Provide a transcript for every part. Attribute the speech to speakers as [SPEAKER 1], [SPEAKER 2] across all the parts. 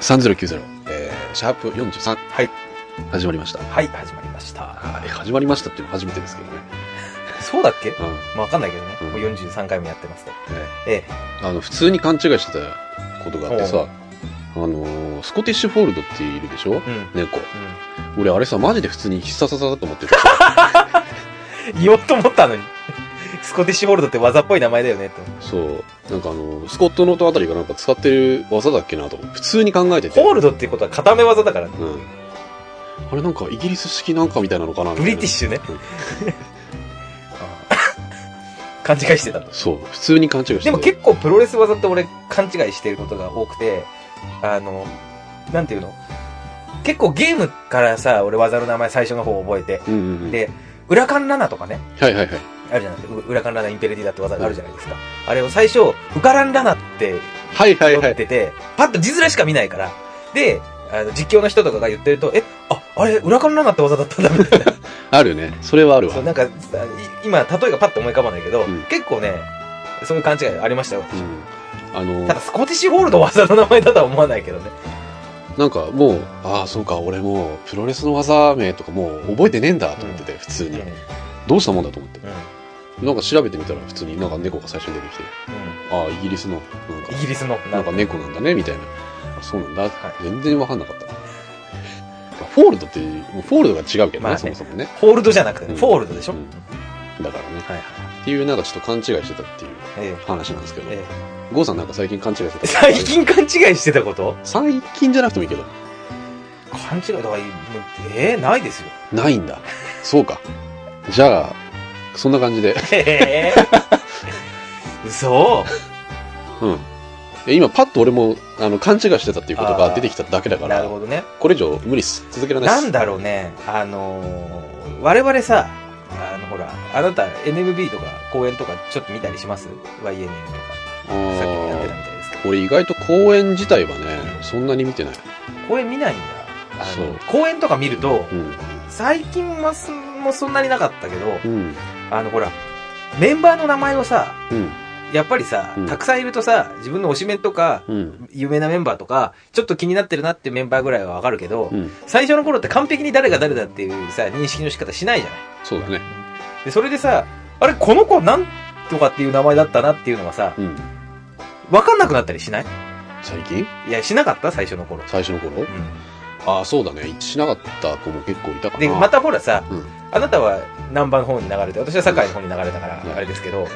[SPEAKER 1] 3090、えー、シャープ43、
[SPEAKER 2] はい。
[SPEAKER 1] 始まりました。
[SPEAKER 2] はい、始まりました。
[SPEAKER 1] はい、始まりましたっていうのは初めてですけどね。
[SPEAKER 2] そうだっけ
[SPEAKER 1] うん。ね
[SPEAKER 2] まあ、わかんないけどね。
[SPEAKER 1] うん
[SPEAKER 2] もう43回もやってますと。え
[SPEAKER 1] あの、普通に勘違いしてたことがあって
[SPEAKER 2] お
[SPEAKER 1] さ
[SPEAKER 2] う、
[SPEAKER 1] あのースコティッシュフォールドっているでしょ
[SPEAKER 2] え。うん。
[SPEAKER 1] 猫。俺、あれさ、マジで普通に必殺技だと思 ってる。
[SPEAKER 2] うん。言おうと思ったのに。 スコティッシュホールドって技っぽい名前だよね、と。
[SPEAKER 1] そう。なんかあのースコットノートあたりがなんか使ってる技だっけなと思って普通に考えてて。
[SPEAKER 2] ホールドっていうことは固め技だからね。
[SPEAKER 1] うん。あれなんかイギリス式なんかみたいなのかなみた
[SPEAKER 2] ブ
[SPEAKER 1] いな
[SPEAKER 2] リティッシュね
[SPEAKER 1] うん。
[SPEAKER 2] 勘違いしてたと。
[SPEAKER 1] そう。普通に勘違いしてた
[SPEAKER 2] でも結構プロレス技って俺勘違いしてることが多くて、あの、なんていうの結構ゲームからさ、俺技の名前最初の方覚えて。
[SPEAKER 1] うんうんうん。はい
[SPEAKER 2] で、裏カンラナとかね。
[SPEAKER 1] はいはい。
[SPEAKER 2] あるじゃないですか。う裏カンラナインペレディだって技があるじゃないですか。あれを最初、ウカランラナって
[SPEAKER 1] はいはいは
[SPEAKER 2] 思っ
[SPEAKER 1] い。
[SPEAKER 2] てて、パッと字面しか見ないから。で、あの、実況の人とかが言ってると、え、あ、あれ、裏カンラナって技だったんだ、み たいな。
[SPEAKER 1] あるね。それはあるわ。
[SPEAKER 2] そう、なんか、あい今、例えがパッと思い浮かばないけど、
[SPEAKER 1] うん
[SPEAKER 2] 結構ね、そういう勘違いありましたよ。
[SPEAKER 1] うんあの
[SPEAKER 2] ただ、スコティッシュホールドは技の名前だとは思わないけどね。
[SPEAKER 1] なんかもうああそうか俺もうプロレスの技名とかもう覚えてねえんだと思ってて、普通
[SPEAKER 2] うん。
[SPEAKER 1] に
[SPEAKER 2] うん。
[SPEAKER 1] どうしたもんだと思ってなんか調べてみたら普通になんか猫が最初に出てきてああイギリスのなん
[SPEAKER 2] イ
[SPEAKER 1] か
[SPEAKER 2] ギリスの、
[SPEAKER 1] なんか猫なんだねみたいなあそうなんだ、
[SPEAKER 2] い
[SPEAKER 1] 全然わかんなかったフォールドってもうフォールドが違うけどね,、
[SPEAKER 2] まあね
[SPEAKER 1] そもそもね
[SPEAKER 2] ホールドじゃなくてね、
[SPEAKER 1] うん
[SPEAKER 2] フォールドでしょ、
[SPEAKER 1] うんだからね
[SPEAKER 2] はいはい。
[SPEAKER 1] っていうなんかちょっと勘違いしてたっていう
[SPEAKER 2] え
[SPEAKER 1] 話なんですけど、
[SPEAKER 2] ええ
[SPEAKER 1] ゴーさんなんか最近勘違いしてた
[SPEAKER 2] え最近勘違いしてたこと
[SPEAKER 1] 最近じゃなくてもいいけど
[SPEAKER 2] 勘違いとか、ええない ですよ。
[SPEAKER 1] ないんだ。そうか。じゃあ、そんな感じで。
[SPEAKER 2] ええ嘘
[SPEAKER 1] うん。え今、パッと俺も、あの、勘違いしてたっていうことが出てきただけだか
[SPEAKER 2] な
[SPEAKER 1] ら
[SPEAKER 2] る、ほどね。
[SPEAKER 1] これ以上無理っす。続けられないっ
[SPEAKER 2] な
[SPEAKER 1] す。
[SPEAKER 2] んだろうね、あのー我々さ、あの、ほら、あなた NMB とか公演とかちょっと見たりします ?YNN と
[SPEAKER 1] あ
[SPEAKER 2] か、さっきもやってた
[SPEAKER 1] ー
[SPEAKER 2] みたいですけど。
[SPEAKER 1] 俺意外と公演自体はね、そんなに見てない。
[SPEAKER 2] 公演見ないんだ。あ
[SPEAKER 1] そう
[SPEAKER 2] の、公演とか見ると、
[SPEAKER 1] うん。
[SPEAKER 2] 最近はすもそんなになかったけど、
[SPEAKER 1] うん。
[SPEAKER 2] あの、ほら、メンバーの名前をさ、
[SPEAKER 1] うん。
[SPEAKER 2] やっぱりさ
[SPEAKER 1] うん、
[SPEAKER 2] たくさんいるとさ、自分の推しメンとか、
[SPEAKER 1] うん。
[SPEAKER 2] 有名なメンバーとか、ちょっと気になってるなっていうメンバーぐらいはわかるけど、
[SPEAKER 1] うん。
[SPEAKER 2] 最初の頃って完璧に誰が誰だっていうさ、認識の仕方しないじゃない。
[SPEAKER 1] そうだね。
[SPEAKER 2] で、それでさ、あれ、この子なんとかっていう名前だったなっていうのがさ、
[SPEAKER 1] うん。
[SPEAKER 2] わかんなくなったりしない
[SPEAKER 1] 最近
[SPEAKER 2] いや、しなかった最初の頃。
[SPEAKER 1] 最初の頃
[SPEAKER 2] う
[SPEAKER 1] ああ、そうだね。しなかった子も結構いたか
[SPEAKER 2] ん。
[SPEAKER 1] な。
[SPEAKER 2] で、またほらさ、
[SPEAKER 1] うん
[SPEAKER 2] あなたは南波の方に流れて、私は堺の方に流れたか
[SPEAKER 1] うん
[SPEAKER 2] ら、あれですけど、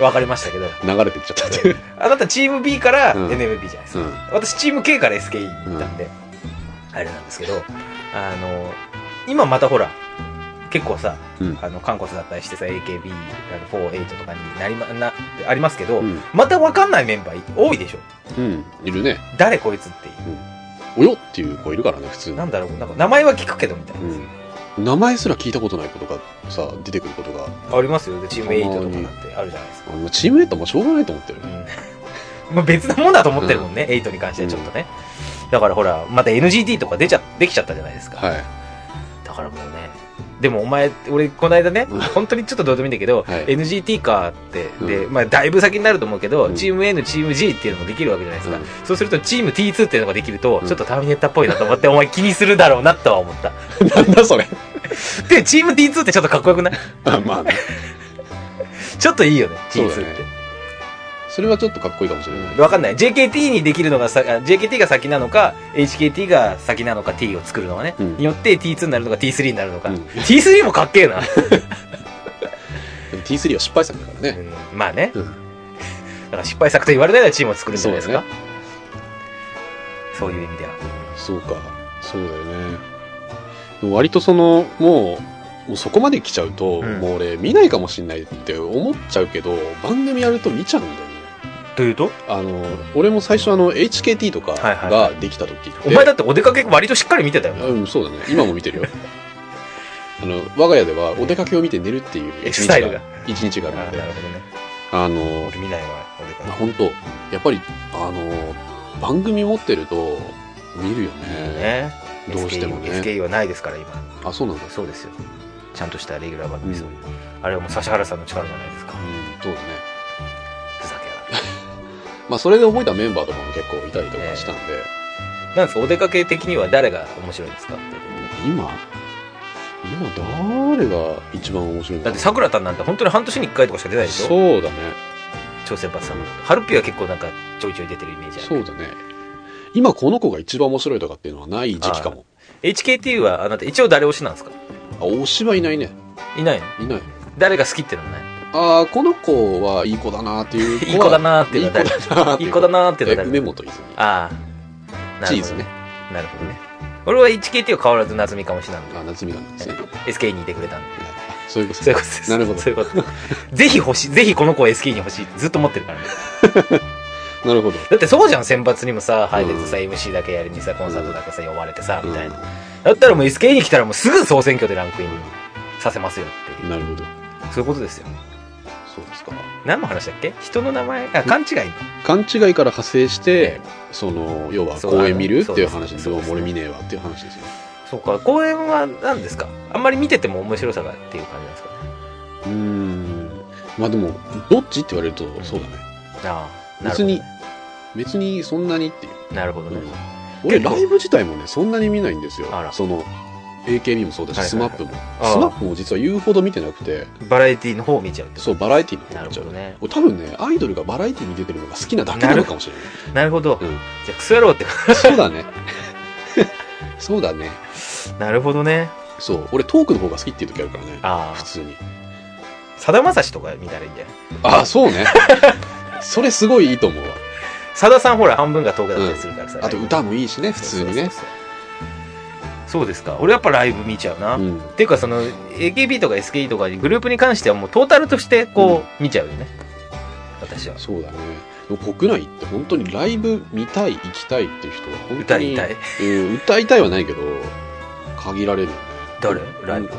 [SPEAKER 2] わかりましたけど、
[SPEAKER 1] 流れてっちゃったって。
[SPEAKER 2] あなたチーム B から
[SPEAKER 1] うん
[SPEAKER 2] NMB じゃないです
[SPEAKER 1] う
[SPEAKER 2] か。
[SPEAKER 1] ん。
[SPEAKER 2] 私チーム K から SKE に行ったんで、あれなんですけど、あの、今またほら、結構さ、
[SPEAKER 1] うん
[SPEAKER 2] あの、韓国だったりしてさ、AKB48 とかになりま、な、ありますけど、
[SPEAKER 1] うん。
[SPEAKER 2] またわかんないメンバー多いでしょ
[SPEAKER 1] うん。いるね。
[SPEAKER 2] 誰こいつってい
[SPEAKER 1] およっていう子いるからね、普通
[SPEAKER 2] う。
[SPEAKER 1] に
[SPEAKER 2] な。んだろう、なんか名前は聞くけどみたいな。
[SPEAKER 1] うん、名前すら聞いたことないことがさ出てくることが
[SPEAKER 2] ありますよね、チーム8とかなんてあるじゃないですか。
[SPEAKER 1] あのチームメイトもしょうがないと思ってるね
[SPEAKER 2] うん まあ別なもんだと思ってるもんね、8に関してはちょっとね。だからほら、また NGT とか出ちゃ、できちゃったじゃないですか。
[SPEAKER 1] はい
[SPEAKER 2] だからもうね。でもお前、俺、この間ね
[SPEAKER 1] うん、
[SPEAKER 2] 本当にちょっとどうでもいいんだけど、
[SPEAKER 1] はい
[SPEAKER 2] NGT かって、で、
[SPEAKER 1] う
[SPEAKER 2] まあだいぶ先になると思うけど、
[SPEAKER 1] うん
[SPEAKER 2] チーム N、チーム G っていうのもできるわけじゃないですか。
[SPEAKER 1] うん
[SPEAKER 2] そうすると、チーム T2 っていうのができると
[SPEAKER 1] う、ん
[SPEAKER 2] ちょっとターミネーターっぽいなと思って、お前気にするだろうなとは思った。
[SPEAKER 1] なんだそれ
[SPEAKER 2] で、チーム T2 ってちょっとかっこよくない
[SPEAKER 1] あまあね
[SPEAKER 2] ちょっといいよね、
[SPEAKER 1] そう
[SPEAKER 2] T2 っ
[SPEAKER 1] だね
[SPEAKER 2] て。
[SPEAKER 1] それはちょっとかっこいいかもしれない
[SPEAKER 2] わかんない。JKT にできるのがさ、あ JKT が先なのか、HKT が先なのか、T を作るのはね。
[SPEAKER 1] うん
[SPEAKER 2] によって T2 になるのか、T3 になるのか。
[SPEAKER 1] うん
[SPEAKER 2] T3 もかっけ えな。
[SPEAKER 1] でも T3 は失敗作だからね、
[SPEAKER 2] うんまあね。
[SPEAKER 1] うん、
[SPEAKER 2] だから失敗作と言われないようなチームを作るんじゃないですか
[SPEAKER 1] そ。
[SPEAKER 2] そういう意味では。
[SPEAKER 1] そうかそうだよねでも割とそのもうもうそこまで来ちゃうと、
[SPEAKER 2] うん
[SPEAKER 1] もう俺見ないかもしんないって思っちゃうけど番組やると見ちゃうんだよね
[SPEAKER 2] というと
[SPEAKER 1] あの俺も最初あの HKT とか
[SPEAKER 2] はいはい
[SPEAKER 1] ができた時って、
[SPEAKER 2] お前だってお出かけ割としっかり見てたよ。
[SPEAKER 1] うん、そうだね。今も見て るよ。あの、我が家ではお出かけを見て寝るっていう一
[SPEAKER 2] ス
[SPEAKER 1] 日
[SPEAKER 2] タイル
[SPEAKER 1] が
[SPEAKER 2] が、
[SPEAKER 1] 一日があるので、
[SPEAKER 2] ほどね。
[SPEAKER 1] あの、
[SPEAKER 2] 俺見ないわ、お出か
[SPEAKER 1] 本当やっぱり、あの、番組持ってると、見るよ
[SPEAKER 2] け。
[SPEAKER 1] ね。
[SPEAKER 2] ね。
[SPEAKER 1] どうしてもね
[SPEAKER 2] SKE SKE はないですから、今。
[SPEAKER 1] あ、そうなんだ。
[SPEAKER 2] そうですよ。ちゃんとしたレギュラー番
[SPEAKER 1] うん、
[SPEAKER 2] 組、
[SPEAKER 1] う
[SPEAKER 2] そ
[SPEAKER 1] ん
[SPEAKER 2] ういう。あれはもう指原さんの力じゃないですか。
[SPEAKER 1] そうだね。
[SPEAKER 2] ふざけやがって
[SPEAKER 1] まあ、それで覚えたメンバーとかも結構いたりとかしたんで、
[SPEAKER 2] なんですかお出かけ的には誰が面白いですかって
[SPEAKER 1] 今今誰が一番面白いん
[SPEAKER 2] だってさくらたんなんて本当に半年に1回とかしか出ないでしょ
[SPEAKER 1] そうだね
[SPEAKER 2] 超先発さんのハルピーは結構なんかちょいちょい出てるイメージある
[SPEAKER 1] そうだね今この子が一番面白いとかっていうのはない時期かも
[SPEAKER 2] HKT はあなた一応誰推しなんですか
[SPEAKER 1] あ推しはいないね
[SPEAKER 2] いないの
[SPEAKER 1] いない
[SPEAKER 2] 誰が好きってのもない
[SPEAKER 1] ああこの子はいい子だなっていう子は
[SPEAKER 2] いい子だなーっていう
[SPEAKER 1] い
[SPEAKER 2] の
[SPEAKER 1] い
[SPEAKER 2] は
[SPEAKER 1] 子
[SPEAKER 2] 誰
[SPEAKER 1] だなーって
[SPEAKER 2] い
[SPEAKER 1] い
[SPEAKER 2] いう子だなーっていうのは
[SPEAKER 1] 梅
[SPEAKER 2] 誰
[SPEAKER 1] 本泉
[SPEAKER 2] ああ
[SPEAKER 1] チーズね
[SPEAKER 2] なるほどね俺は 1KT は変わらず夏美かもしなんで
[SPEAKER 1] あ夏美なんですね
[SPEAKER 2] SK にいてくれたんで
[SPEAKER 1] そういうこと
[SPEAKER 2] そういうことです
[SPEAKER 1] なるほど
[SPEAKER 2] そういうことです ぜひ欲しいぜひこの子を SK に欲しいってずっと思ってるからね
[SPEAKER 1] なるほど
[SPEAKER 2] だってそうじゃん選抜にもさ配列さ MC だけやりにさコンサートだけさ呼ばれてさみたいなだったらもう SK に来たらもうすぐ総選挙でランクインさせますよっ
[SPEAKER 1] う
[SPEAKER 2] てい
[SPEAKER 1] ん
[SPEAKER 2] う
[SPEAKER 1] なるほど
[SPEAKER 2] そういうことですよ
[SPEAKER 1] そうですか
[SPEAKER 2] 何の話だっけ人の名前あ勘違いの
[SPEAKER 1] 勘違いから派生してその要は
[SPEAKER 2] そう
[SPEAKER 1] 公演見るっていう
[SPEAKER 2] あのそう
[SPEAKER 1] 話
[SPEAKER 2] で
[SPEAKER 1] ですすどうも
[SPEAKER 2] そうで
[SPEAKER 1] 俺
[SPEAKER 2] す
[SPEAKER 1] 見ねえわっていう話ですよ
[SPEAKER 2] そうか公演は何ですかあんまり見てても面白さがっていう感じなんですかね
[SPEAKER 1] うーんまあでもどっちって言われるとそうだね
[SPEAKER 2] ああなる
[SPEAKER 1] 別
[SPEAKER 2] ほどね
[SPEAKER 1] に別にそんなにっていう
[SPEAKER 2] なるほどね、
[SPEAKER 1] うん俺
[SPEAKER 2] 結構
[SPEAKER 1] ライブ自体もねそんなに見ないんですよ
[SPEAKER 2] あら
[SPEAKER 1] その AKB もそうだし
[SPEAKER 2] はいはいはい
[SPEAKER 1] SMAP も
[SPEAKER 2] ああ
[SPEAKER 1] SMAP も実は言うほど見てなくて
[SPEAKER 2] バラエティの方を見ちゃうってこと
[SPEAKER 1] そうバラエティーの方
[SPEAKER 2] な
[SPEAKER 1] に
[SPEAKER 2] る
[SPEAKER 1] 行っち
[SPEAKER 2] ほ
[SPEAKER 1] ゃう俺
[SPEAKER 2] どね
[SPEAKER 1] 多分ねアイドルがバラエティーに出てるのが好きな だけなのかもしれない
[SPEAKER 2] なるほど、
[SPEAKER 1] うん
[SPEAKER 2] じゃあクソ野郎って
[SPEAKER 1] そうだね そうだね
[SPEAKER 2] なるほどね
[SPEAKER 1] そう俺トークの方が好きっていう時あるからね
[SPEAKER 2] あ
[SPEAKER 1] 普
[SPEAKER 2] あ
[SPEAKER 1] 通に
[SPEAKER 2] さだまさしとか見たらいいんじゃない
[SPEAKER 1] ああそうね それすごいいいと思うわ
[SPEAKER 2] さださんほら半分がトークだったりするからさ、
[SPEAKER 1] あと歌もいいしね普通にね
[SPEAKER 2] そうそうそうそうですか俺やっぱライブ見ちゃうな、
[SPEAKER 1] う
[SPEAKER 2] っ
[SPEAKER 1] ん
[SPEAKER 2] ていうかその AKB とか SKE とかグループに関してはもうトータルとしてこう見ちゃうよね、私は
[SPEAKER 1] そうだねでも国内って本当にライブ見たい行きたいっていう人は本当
[SPEAKER 2] 歌
[SPEAKER 1] に
[SPEAKER 2] いたい
[SPEAKER 1] うん歌いたいはないけど限られるよね
[SPEAKER 2] 誰ライブ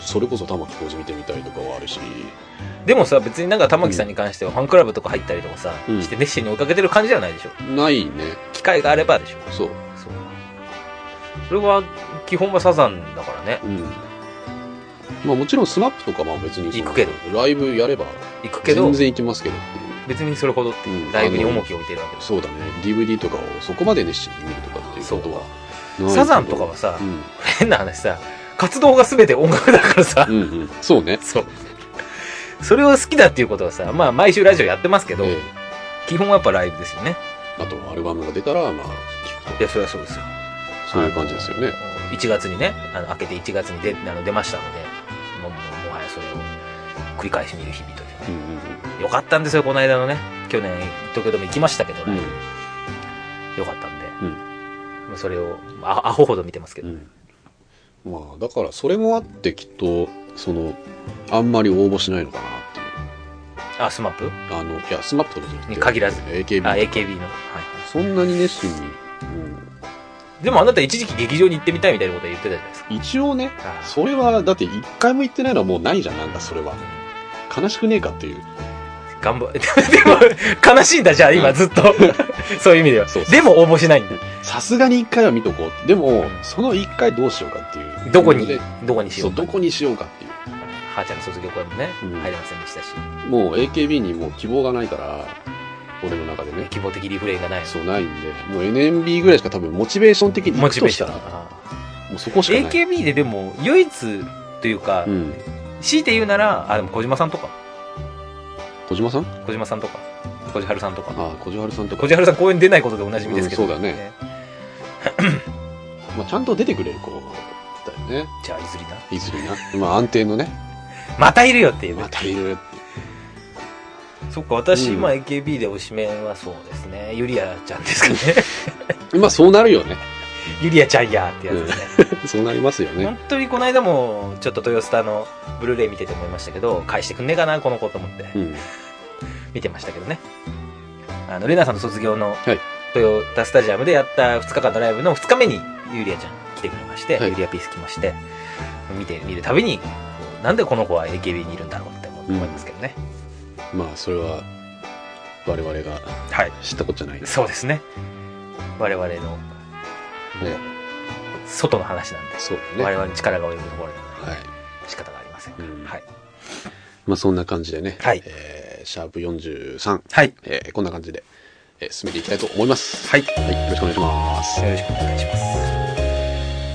[SPEAKER 1] それこそ玉置浩二見てみたいとかはあるし
[SPEAKER 2] でもさ別になんか玉木さんに関してはファンクラブとか入ったりとかさ、
[SPEAKER 1] うん
[SPEAKER 2] して熱心に追いかけてる感じじゃないでしょ
[SPEAKER 1] ないね
[SPEAKER 2] 機会があればでしょ
[SPEAKER 1] そう
[SPEAKER 2] そうそれは基本はサザンだからね
[SPEAKER 1] うんまあもちろんスマップとかまあ別にその
[SPEAKER 2] 行くけど
[SPEAKER 1] ライブやれば
[SPEAKER 2] 行くけど
[SPEAKER 1] 全然行きますけどっていう
[SPEAKER 2] 別にそれほどっていう
[SPEAKER 1] うん
[SPEAKER 2] ライブに重きを置いてるわけです
[SPEAKER 1] そうだね DVD とかをそこまで熱心に見るとかっていうことはない
[SPEAKER 2] サザンとかはさ
[SPEAKER 1] う、ん
[SPEAKER 2] 変な話さ活動が全て音楽だからさ、
[SPEAKER 1] うんうんそう ね
[SPEAKER 2] そうそれを好きだっていうことはさまあ毎週ラジオやってますけど、
[SPEAKER 1] ええ
[SPEAKER 2] 基本はやっぱライブですよね
[SPEAKER 1] あとアルバムが出たらまあ聞く
[SPEAKER 2] いやそれはそうですよ
[SPEAKER 1] とそういう感じですよね
[SPEAKER 2] 1月にねあの明けて1月に出あの出ましたのでもうもうもはやそれを繰り返し見る日々という
[SPEAKER 1] うん
[SPEAKER 2] ねよかったんですよこの間のね去年東京ドーム行きましたけど、
[SPEAKER 1] うんうん
[SPEAKER 2] ねよかったんで、
[SPEAKER 1] うん
[SPEAKER 2] まあそれをあアホほど見てますけど、
[SPEAKER 1] うんまあだからそれもあってきっとそのあんまり応募しないのかなっていう
[SPEAKER 2] あスマップ
[SPEAKER 1] あのいやスマップとかじゃなくて
[SPEAKER 2] に限らず
[SPEAKER 1] AKB
[SPEAKER 2] あ AKB の、はい、
[SPEAKER 1] そんなに熱心に、
[SPEAKER 2] でもあなた一時期劇場に行ってみたいみたいなこと言ってたじゃないですか
[SPEAKER 1] うん一応ね
[SPEAKER 2] あ
[SPEAKER 1] それはだって一回も行ってないのはもうないじゃんなんかそれは悲しくねえかっていう
[SPEAKER 2] 頑張 でも悲しいんだじゃあ今ずっと そういう意味では
[SPEAKER 1] そうそう
[SPEAKER 2] でも応募しないんだ
[SPEAKER 1] さすがに一回は見とこうでも、
[SPEAKER 2] うん
[SPEAKER 1] その一回どうしようかっていう
[SPEAKER 2] どこに
[SPEAKER 1] で
[SPEAKER 2] どこにしよ
[SPEAKER 1] そうう
[SPEAKER 2] か
[SPEAKER 1] どこにしようかっていう
[SPEAKER 2] はーちゃんの卒業公演もね、
[SPEAKER 1] うん
[SPEAKER 2] 入れませんでしたし
[SPEAKER 1] もう AKB にもう希望がないから俺の中でね
[SPEAKER 2] 希望的リフレインがない
[SPEAKER 1] そうないんでもう NMB ぐらいしか多分モチベーション的に行
[SPEAKER 2] モ
[SPEAKER 1] く
[SPEAKER 2] チ
[SPEAKER 1] と
[SPEAKER 2] ベーシ
[SPEAKER 1] した
[SPEAKER 2] ョン
[SPEAKER 1] ら
[SPEAKER 2] あ
[SPEAKER 1] もうそこしか
[SPEAKER 2] ー
[SPEAKER 1] ない
[SPEAKER 2] AKB ででも唯一というか、
[SPEAKER 1] うん
[SPEAKER 2] 強いて言うならあでも小島さんとか
[SPEAKER 1] 小島さん
[SPEAKER 2] 小島さんとか小島春さんとか
[SPEAKER 1] ああ小島春さんとか
[SPEAKER 2] 小島春さん公演出ないことでおなじみですけど、
[SPEAKER 1] うんそうだねまあ、ちゃんと出てくれる子だよね
[SPEAKER 2] じゃあいずりない
[SPEAKER 1] ず れなまあ安定のね
[SPEAKER 2] またいるよっていう、
[SPEAKER 1] またいる
[SPEAKER 2] そっか私、
[SPEAKER 1] うん
[SPEAKER 2] 今 AKB で推しメンはそうですねゆりやちゃんですかね
[SPEAKER 1] まあそうなるよね
[SPEAKER 2] ゆりやちゃんやーってやつですね、
[SPEAKER 1] そうなりますよね
[SPEAKER 2] 本当にこの間もちょっと「トヨスタ」のブルーレイ見てて思いましたけど返してくんねえかなこの子と思って
[SPEAKER 1] うん
[SPEAKER 2] 見てましたけどねあのレナさんの卒業の、
[SPEAKER 1] はい
[SPEAKER 2] トヨタスタジアムでやった2日間のライブの2日目にユリアちゃん来てくれまして、
[SPEAKER 1] はい
[SPEAKER 2] ユリアピース来まして見て見るたびにこうなんでこの子は AKB にいるんだろうって思
[SPEAKER 1] うん
[SPEAKER 2] 思いますけどね、
[SPEAKER 1] まあそれは我々が
[SPEAKER 2] はい
[SPEAKER 1] 知ったことじゃないです、
[SPEAKER 2] そうですね我々の
[SPEAKER 1] ね、
[SPEAKER 2] 外の話なんで、
[SPEAKER 1] そうだ
[SPEAKER 2] 我
[SPEAKER 1] ね
[SPEAKER 2] 々に力が及ぶところでは
[SPEAKER 1] はい
[SPEAKER 2] 仕方がありませんから、
[SPEAKER 1] うん
[SPEAKER 2] はい
[SPEAKER 1] まあそんな感じでね、
[SPEAKER 2] はい
[SPEAKER 1] えーシャープ43、
[SPEAKER 2] はい
[SPEAKER 1] えーこんな感じで、えー進めていきたいと思います。
[SPEAKER 2] はい。よ
[SPEAKER 1] はい、よろしくお願いします。
[SPEAKER 2] ろしくお願いします。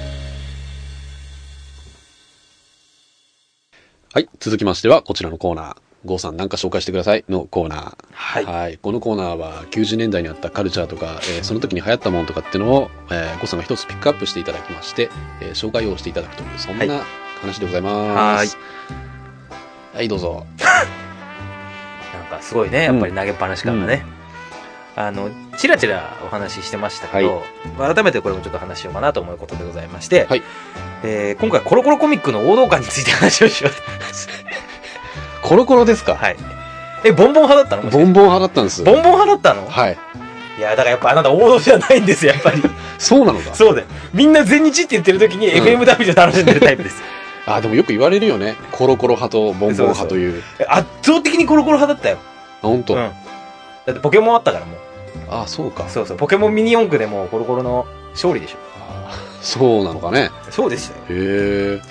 [SPEAKER 1] はい、続きましてはこちらのコーナー、ゴーさんなんか紹介してくださいのコーナー。
[SPEAKER 2] はい。
[SPEAKER 1] はい、このコーナーは90年代にあったカルチャーとか、えーその時に流行ったものとかっていうのを、えー、ゴさんが一つピックアップしていただきまして、えー紹介をしていただくというそん
[SPEAKER 2] は
[SPEAKER 1] な話でございます。はいどうぞ。
[SPEAKER 2] なんかすごいね、やっぱり投げっぱなし感がね。あの、ちらちらお話ししてましたけど、まあ改めてこれもちょっと話しようかなと思うことでございまして、
[SPEAKER 1] はい
[SPEAKER 2] えー今回コロコロコミックの王道感について話をしようと思います。
[SPEAKER 1] コロコロですか、
[SPEAKER 2] はい。 え、ボンボン派だったのもし
[SPEAKER 1] ボ
[SPEAKER 2] かして
[SPEAKER 1] ンボン派だったんです。
[SPEAKER 2] ボンボン派だったの
[SPEAKER 1] はい。
[SPEAKER 2] いや、だからやっぱあなた王道じゃないんですよ、やっ ぱり。
[SPEAKER 1] そうなのか。
[SPEAKER 2] そうだよ。みんな全日って言ってる時に
[SPEAKER 1] うん
[SPEAKER 2] FMW を楽しんでるタイプ です。
[SPEAKER 1] あ、でもよく言われるよね。コロコロ派とボンボン派という。
[SPEAKER 2] 圧倒的にコロコロ派だったよ。
[SPEAKER 1] あ、本当、
[SPEAKER 2] うん。だってポケモンあったからもう。
[SPEAKER 1] あ、そうか。
[SPEAKER 2] そうそう。ポケモンミニ四駆でもうコロコロの勝利でしょ。
[SPEAKER 1] あそうなのかね。
[SPEAKER 2] そうでしたよ。
[SPEAKER 1] へえ。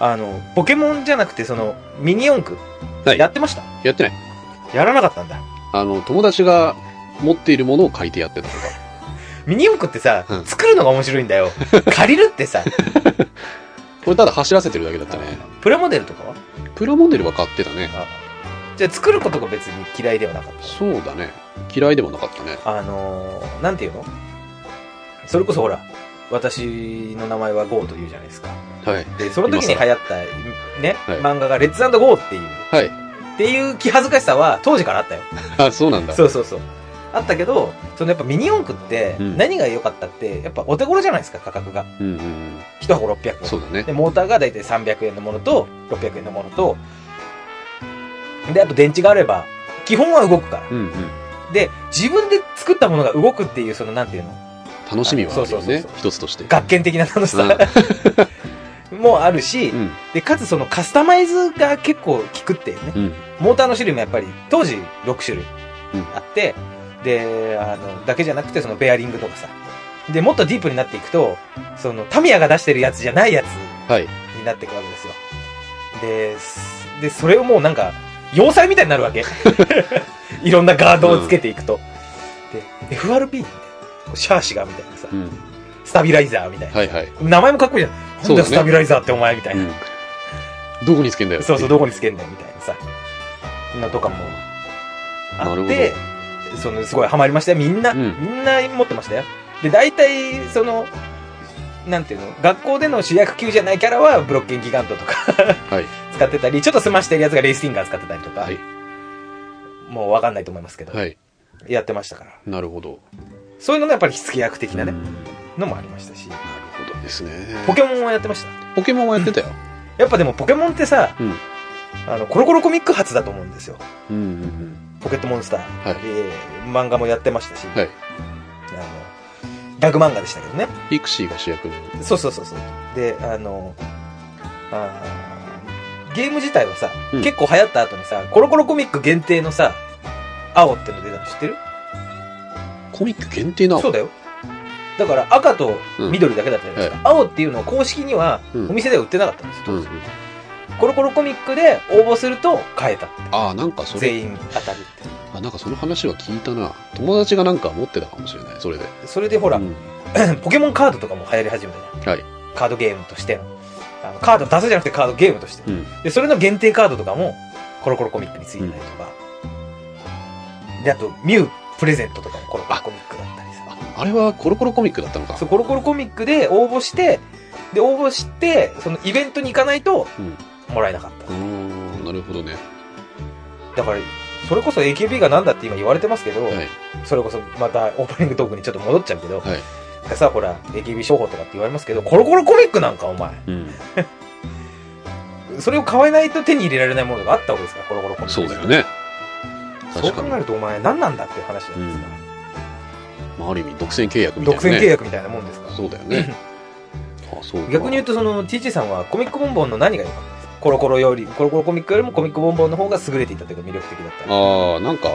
[SPEAKER 2] あの、ポケモンじゃなくて、その、ミニ四駆。
[SPEAKER 1] はい
[SPEAKER 2] やってました
[SPEAKER 1] やってない。
[SPEAKER 2] やらなかったんだ。
[SPEAKER 1] あの、友達が持っているものを書いてやってたとか。
[SPEAKER 2] ミニ四駆ってさ、
[SPEAKER 1] うん
[SPEAKER 2] 作るのが面白い んだよ。借りるってさ、
[SPEAKER 1] これただ走らせてるだけだったね。
[SPEAKER 2] プラモデルとかは
[SPEAKER 1] プラモデルは買ってたね。
[SPEAKER 2] じゃあ作ることが別に嫌いではなかっ
[SPEAKER 1] そうだね。嫌いでもなかったね。
[SPEAKER 2] た。あのー、なんていうのそれこそほら、私の名前はゴーというじゃないですか。
[SPEAKER 1] はい。
[SPEAKER 2] で、その時に流行った、ね、
[SPEAKER 1] はい
[SPEAKER 2] 漫画がレッツゴーっていう、
[SPEAKER 1] はい。
[SPEAKER 2] っていう気恥ずかしさは当時からあったよ。
[SPEAKER 1] あ、そうなんだ。
[SPEAKER 2] そうそうそう。あったけど、そのやっぱミニ四駆って
[SPEAKER 1] うん
[SPEAKER 2] 何が良かったって、やっぱお手頃じゃないですか、価格が。
[SPEAKER 1] うんうんうん。
[SPEAKER 2] 1箱600円。
[SPEAKER 1] そうだね
[SPEAKER 2] で、。モーターが大体300円のものと、600円のものと、で、あと電池があれば、基本は動くから
[SPEAKER 1] う。んうん。
[SPEAKER 2] で、自分で作ったものが動くっていう、その、なんていうの
[SPEAKER 1] 楽しみはある
[SPEAKER 2] そ
[SPEAKER 1] よ
[SPEAKER 2] うそうそう
[SPEAKER 1] ね
[SPEAKER 2] そう。
[SPEAKER 1] 一つとして。
[SPEAKER 2] 学研的な楽しさ、 もあるし
[SPEAKER 1] う、ん。
[SPEAKER 2] で、かつそのカスタマイズが結構効くっていうね。
[SPEAKER 1] うん。
[SPEAKER 2] モーターの種類もやっぱり、当時6種類
[SPEAKER 1] うん
[SPEAKER 2] あって、で、あの、だけじゃなくてそのベアリングとかさ。で、もっとディープになっていくと、その、タミヤが出してるやつじゃないやつ
[SPEAKER 1] はい。
[SPEAKER 2] になっていくわけですよ。で、すで、それをもうなんか、要塞みたいになる わけ。いろんなガードをつけていくと。で、FRP みたいな。シャーシがみたいなさ
[SPEAKER 1] う、ん。
[SPEAKER 2] スタビライザーみたいな。
[SPEAKER 1] はいはい。
[SPEAKER 2] 名前もかっこいいじゃん。な
[SPEAKER 1] そ
[SPEAKER 2] ん
[SPEAKER 1] う
[SPEAKER 2] だ
[SPEAKER 1] だね
[SPEAKER 2] スタビライザーってお前みたいうな。
[SPEAKER 1] ん。どこにつけんだよ。
[SPEAKER 2] そうそう、どこにつけんだよみたいなさ。のとかもあ
[SPEAKER 1] なる
[SPEAKER 2] っ
[SPEAKER 1] ほ
[SPEAKER 2] て、その、すごいハマりましたよ。みんな、
[SPEAKER 1] うん
[SPEAKER 2] みんな持ってましたよ。で、大体、その、なんていうの、学校での主役級じゃないキャラはブロッケンギガントとか
[SPEAKER 1] はい。
[SPEAKER 2] 使ってたり、ちょっと済ましてるやつがレイスティンガー使ってたりとか、
[SPEAKER 1] はい。
[SPEAKER 2] もうわかんないと思いますけど、
[SPEAKER 1] はい。
[SPEAKER 2] やってましたから。
[SPEAKER 1] なるほど。
[SPEAKER 2] そういうののやっぱり火付け役的なね、
[SPEAKER 1] うんなる
[SPEAKER 2] のもありましたし、
[SPEAKER 1] ほどですね。
[SPEAKER 2] ポケモンはやってました。
[SPEAKER 1] ポケモンはやってたよ。
[SPEAKER 2] やっぱでもポケモンってさ、
[SPEAKER 1] うん
[SPEAKER 2] あの、コロコロコミック発だと思うんですよ。
[SPEAKER 1] うんうんうん。
[SPEAKER 2] ポケットモンスター。
[SPEAKER 1] はい
[SPEAKER 2] えー漫画もやってましたし、
[SPEAKER 1] はい。
[SPEAKER 2] あの、ギャグ漫画でしたけどね。
[SPEAKER 1] ピクシーが主役の。
[SPEAKER 2] そうそうそうそう。で、あの、あーゲーム自体はさ、
[SPEAKER 1] うん
[SPEAKER 2] 結構流行った後にさ、コロコロコミック限定のさ、青っての出たの知ってる
[SPEAKER 1] コミック限定なの
[SPEAKER 2] そうだよ。だから赤と緑だけだったじゃないですか。青っていうのを公式には
[SPEAKER 1] うん
[SPEAKER 2] お店では売ってなかったんですよ。
[SPEAKER 1] うんうん。
[SPEAKER 2] コロコロコミックで応募すると買えた。
[SPEAKER 1] ああ、なんかそれ、
[SPEAKER 2] 全員当たるっ
[SPEAKER 1] あ、なんかその話は聞いたな。友達がなんか持ってたかもしれない。それで。
[SPEAKER 2] て。それでほら、
[SPEAKER 1] うん
[SPEAKER 2] ポケモンカードとかも流行り始めたじゃん。
[SPEAKER 1] はい。
[SPEAKER 2] カードゲームとしての。あのカード出すじゃなくてカードゲームとして。
[SPEAKER 1] うん
[SPEAKER 2] で、それの限定カードとかも、コロコロコミックについてたりとか。で、あと、ミュウプレゼントとかもコロコロコミックだったりさ。
[SPEAKER 1] ああれはコロコロコミックだったのか。
[SPEAKER 2] そう、コロコロコミックで応募して、で、応募して、そのイベントに行かないと
[SPEAKER 1] うん、
[SPEAKER 2] もらえなかっ
[SPEAKER 1] うーん、なるほどね。
[SPEAKER 2] た。だから、それこそ AKB がなんだって今言われてますけど、
[SPEAKER 1] はい。
[SPEAKER 2] それこそまたオープニングトークにちょっと戻っちゃうけど、
[SPEAKER 1] はい。
[SPEAKER 2] さ、ほら、AKB 商法とかって言われますけど、コロコロコミックなんかお前。
[SPEAKER 1] うん。
[SPEAKER 2] それを買えないと手に入れられないものがあったわけですから、コロコロコミック。
[SPEAKER 1] そうだよ。ね。
[SPEAKER 2] そう
[SPEAKER 1] 確
[SPEAKER 2] 考
[SPEAKER 1] かに。
[SPEAKER 2] えるとお前何なんだっていう話じゃないですか。
[SPEAKER 1] まあ、ある意味、独占契約みたい
[SPEAKER 2] 独
[SPEAKER 1] な、ね。
[SPEAKER 2] 占契約みたいなもんですから。
[SPEAKER 1] そうだよね。あ、そうか
[SPEAKER 2] 逆に言うと、その、TG さんはコミックボンボンの何が良かったんですかコロコロより、コロコロコミックよりもコミックボンボンの方が優れていたというか魅力的だった。
[SPEAKER 1] ああ、なんか、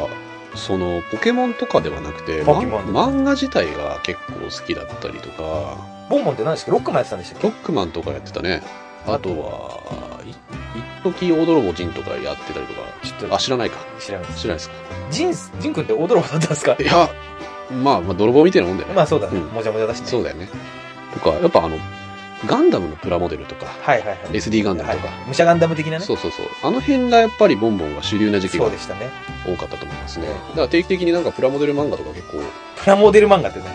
[SPEAKER 1] その、ポケモンとかではなくて、
[SPEAKER 2] ポケモン
[SPEAKER 1] ま漫画自体が結構好きだったりとか、
[SPEAKER 2] ボンボンって何でしたっけロックマンやってたんでしたっ
[SPEAKER 1] ロ
[SPEAKER 2] け
[SPEAKER 1] ックマンとかやってたね。あとは、い一時大泥棒人とかやってたりとか、
[SPEAKER 2] ちょっと
[SPEAKER 1] あ、知らないか。
[SPEAKER 2] 知らないです。
[SPEAKER 1] 知らないですか。
[SPEAKER 2] ジン、ジン君って驚くだったんですか
[SPEAKER 1] いや、まあ、まあ、泥棒みたいなもんだよね。
[SPEAKER 2] まあそうだね、
[SPEAKER 1] うん
[SPEAKER 2] もじゃもじゃだしね
[SPEAKER 1] そうだよね。とか、やっぱあの、ガンダムのプラモデルとか、
[SPEAKER 2] はいはいはい
[SPEAKER 1] SD ガンダムとか、
[SPEAKER 2] はい、武者ガンダム的なね
[SPEAKER 1] そうそうそう。あの辺がやっぱりボンボンが主流な時期が
[SPEAKER 2] そうでしたね
[SPEAKER 1] 多かったと思いますね。だから定期的になんかプラモデル漫画とか結構、
[SPEAKER 2] プラモデル漫画ってね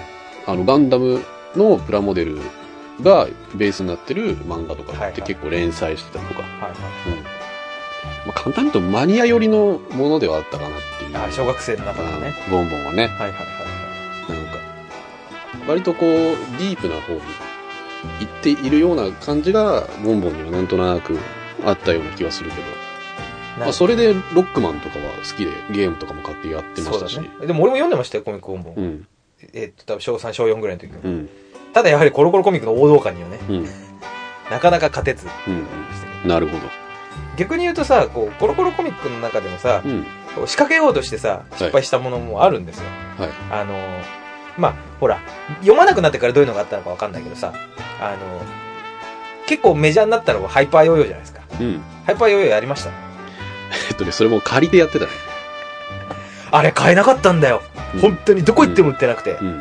[SPEAKER 1] あの、ガンダムのプラモデルがベースになってる漫画とかって結構連載してたりとか、
[SPEAKER 2] はいはい
[SPEAKER 1] うん。まあ、簡単に言うとマニア寄りのものではあったかなっていう。
[SPEAKER 2] あ小学生の中でね、
[SPEAKER 1] うんボンボンはね、
[SPEAKER 2] はいはいは
[SPEAKER 1] なんか、割とこう、ディープな方に行っているような感じが、ボンボンにはなんとなくあったような気はするけど、
[SPEAKER 2] い
[SPEAKER 1] まあ、それでロックマンとかは好きで、ゲームとかも買ってやってま
[SPEAKER 2] そう
[SPEAKER 1] した
[SPEAKER 2] だ
[SPEAKER 1] し。
[SPEAKER 2] ねでも俺も読んでましたよコミック本も、
[SPEAKER 1] うん、
[SPEAKER 2] えっと多分小3小4ぐらいの時に、
[SPEAKER 1] うん、
[SPEAKER 2] ただやはりコロコロコミックの王道感にはね
[SPEAKER 1] うん、
[SPEAKER 2] なかなか勝てず
[SPEAKER 1] うん。なるほど。
[SPEAKER 2] 逆に言うとさこうコロコロコミックの中でもさ
[SPEAKER 1] うん、
[SPEAKER 2] こう仕掛けようとしてさ失敗したものもあるんですよ、
[SPEAKER 1] はい。
[SPEAKER 2] あのーまあほら読まなくなってからどういうのがあったのかわかんないけどさあのー結構メジャーになったのがハイパーヨーヨーじゃないですか
[SPEAKER 1] うん。
[SPEAKER 2] ハイパーヨーヨーやりました
[SPEAKER 1] えっとね、それも借りてやってたね。
[SPEAKER 2] あれ買えなかったんだよ、
[SPEAKER 1] うん
[SPEAKER 2] 本当にどこ行っても売ってなくて、
[SPEAKER 1] うん。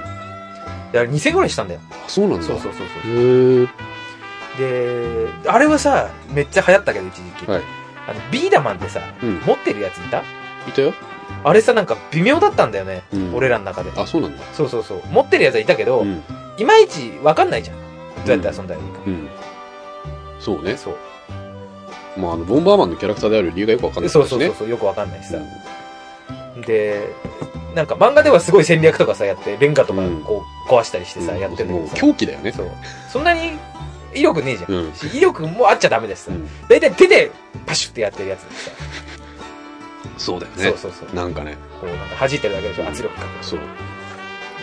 [SPEAKER 2] であれ2000円ぐらいしたんだよ
[SPEAKER 1] あ、そうなんだ。
[SPEAKER 2] そうそうそうそ
[SPEAKER 1] へー
[SPEAKER 2] うであれはさめっちゃ流行ったけど一時期、
[SPEAKER 1] はい
[SPEAKER 2] あのビーダマンってさ
[SPEAKER 1] うん。
[SPEAKER 2] 持ってるやついた
[SPEAKER 1] いたよ。
[SPEAKER 2] あれさなんか微妙だったんだよね、
[SPEAKER 1] うん
[SPEAKER 2] 俺らの中で
[SPEAKER 1] あ、そうなんだ。
[SPEAKER 2] そうそうそう持ってるやつはいたけど、
[SPEAKER 1] うん。
[SPEAKER 2] いまいちわかんないじゃんどうやって遊んだらいいか、
[SPEAKER 1] うん。そうね。
[SPEAKER 2] そう
[SPEAKER 1] まあ、あの、ボンバーマンのキャラクターである理由がよくわかんないです
[SPEAKER 2] そ
[SPEAKER 1] ね。
[SPEAKER 2] うそうそうそうよくわかんないしさ、
[SPEAKER 1] うん
[SPEAKER 2] でなんか漫画ではすごい戦略とかさやってレンガとか
[SPEAKER 1] うん
[SPEAKER 2] こう壊したりしてさ、
[SPEAKER 1] うん
[SPEAKER 2] やってるん
[SPEAKER 1] も
[SPEAKER 2] だ
[SPEAKER 1] う
[SPEAKER 2] けどさ
[SPEAKER 1] 狂気だよね。
[SPEAKER 2] そうそんなに威力ねえじゃん、
[SPEAKER 1] うん
[SPEAKER 2] し威力もあっちゃダメです
[SPEAKER 1] う
[SPEAKER 2] さ
[SPEAKER 1] ん。
[SPEAKER 2] 大体手でパシュってやってるやつでさ、
[SPEAKER 1] そうだよ
[SPEAKER 2] そ
[SPEAKER 1] ね
[SPEAKER 2] う。そうそう
[SPEAKER 1] なんかね、
[SPEAKER 2] こうなんか弾いてるだけでしょ圧力かけて
[SPEAKER 1] そう。
[SPEAKER 2] で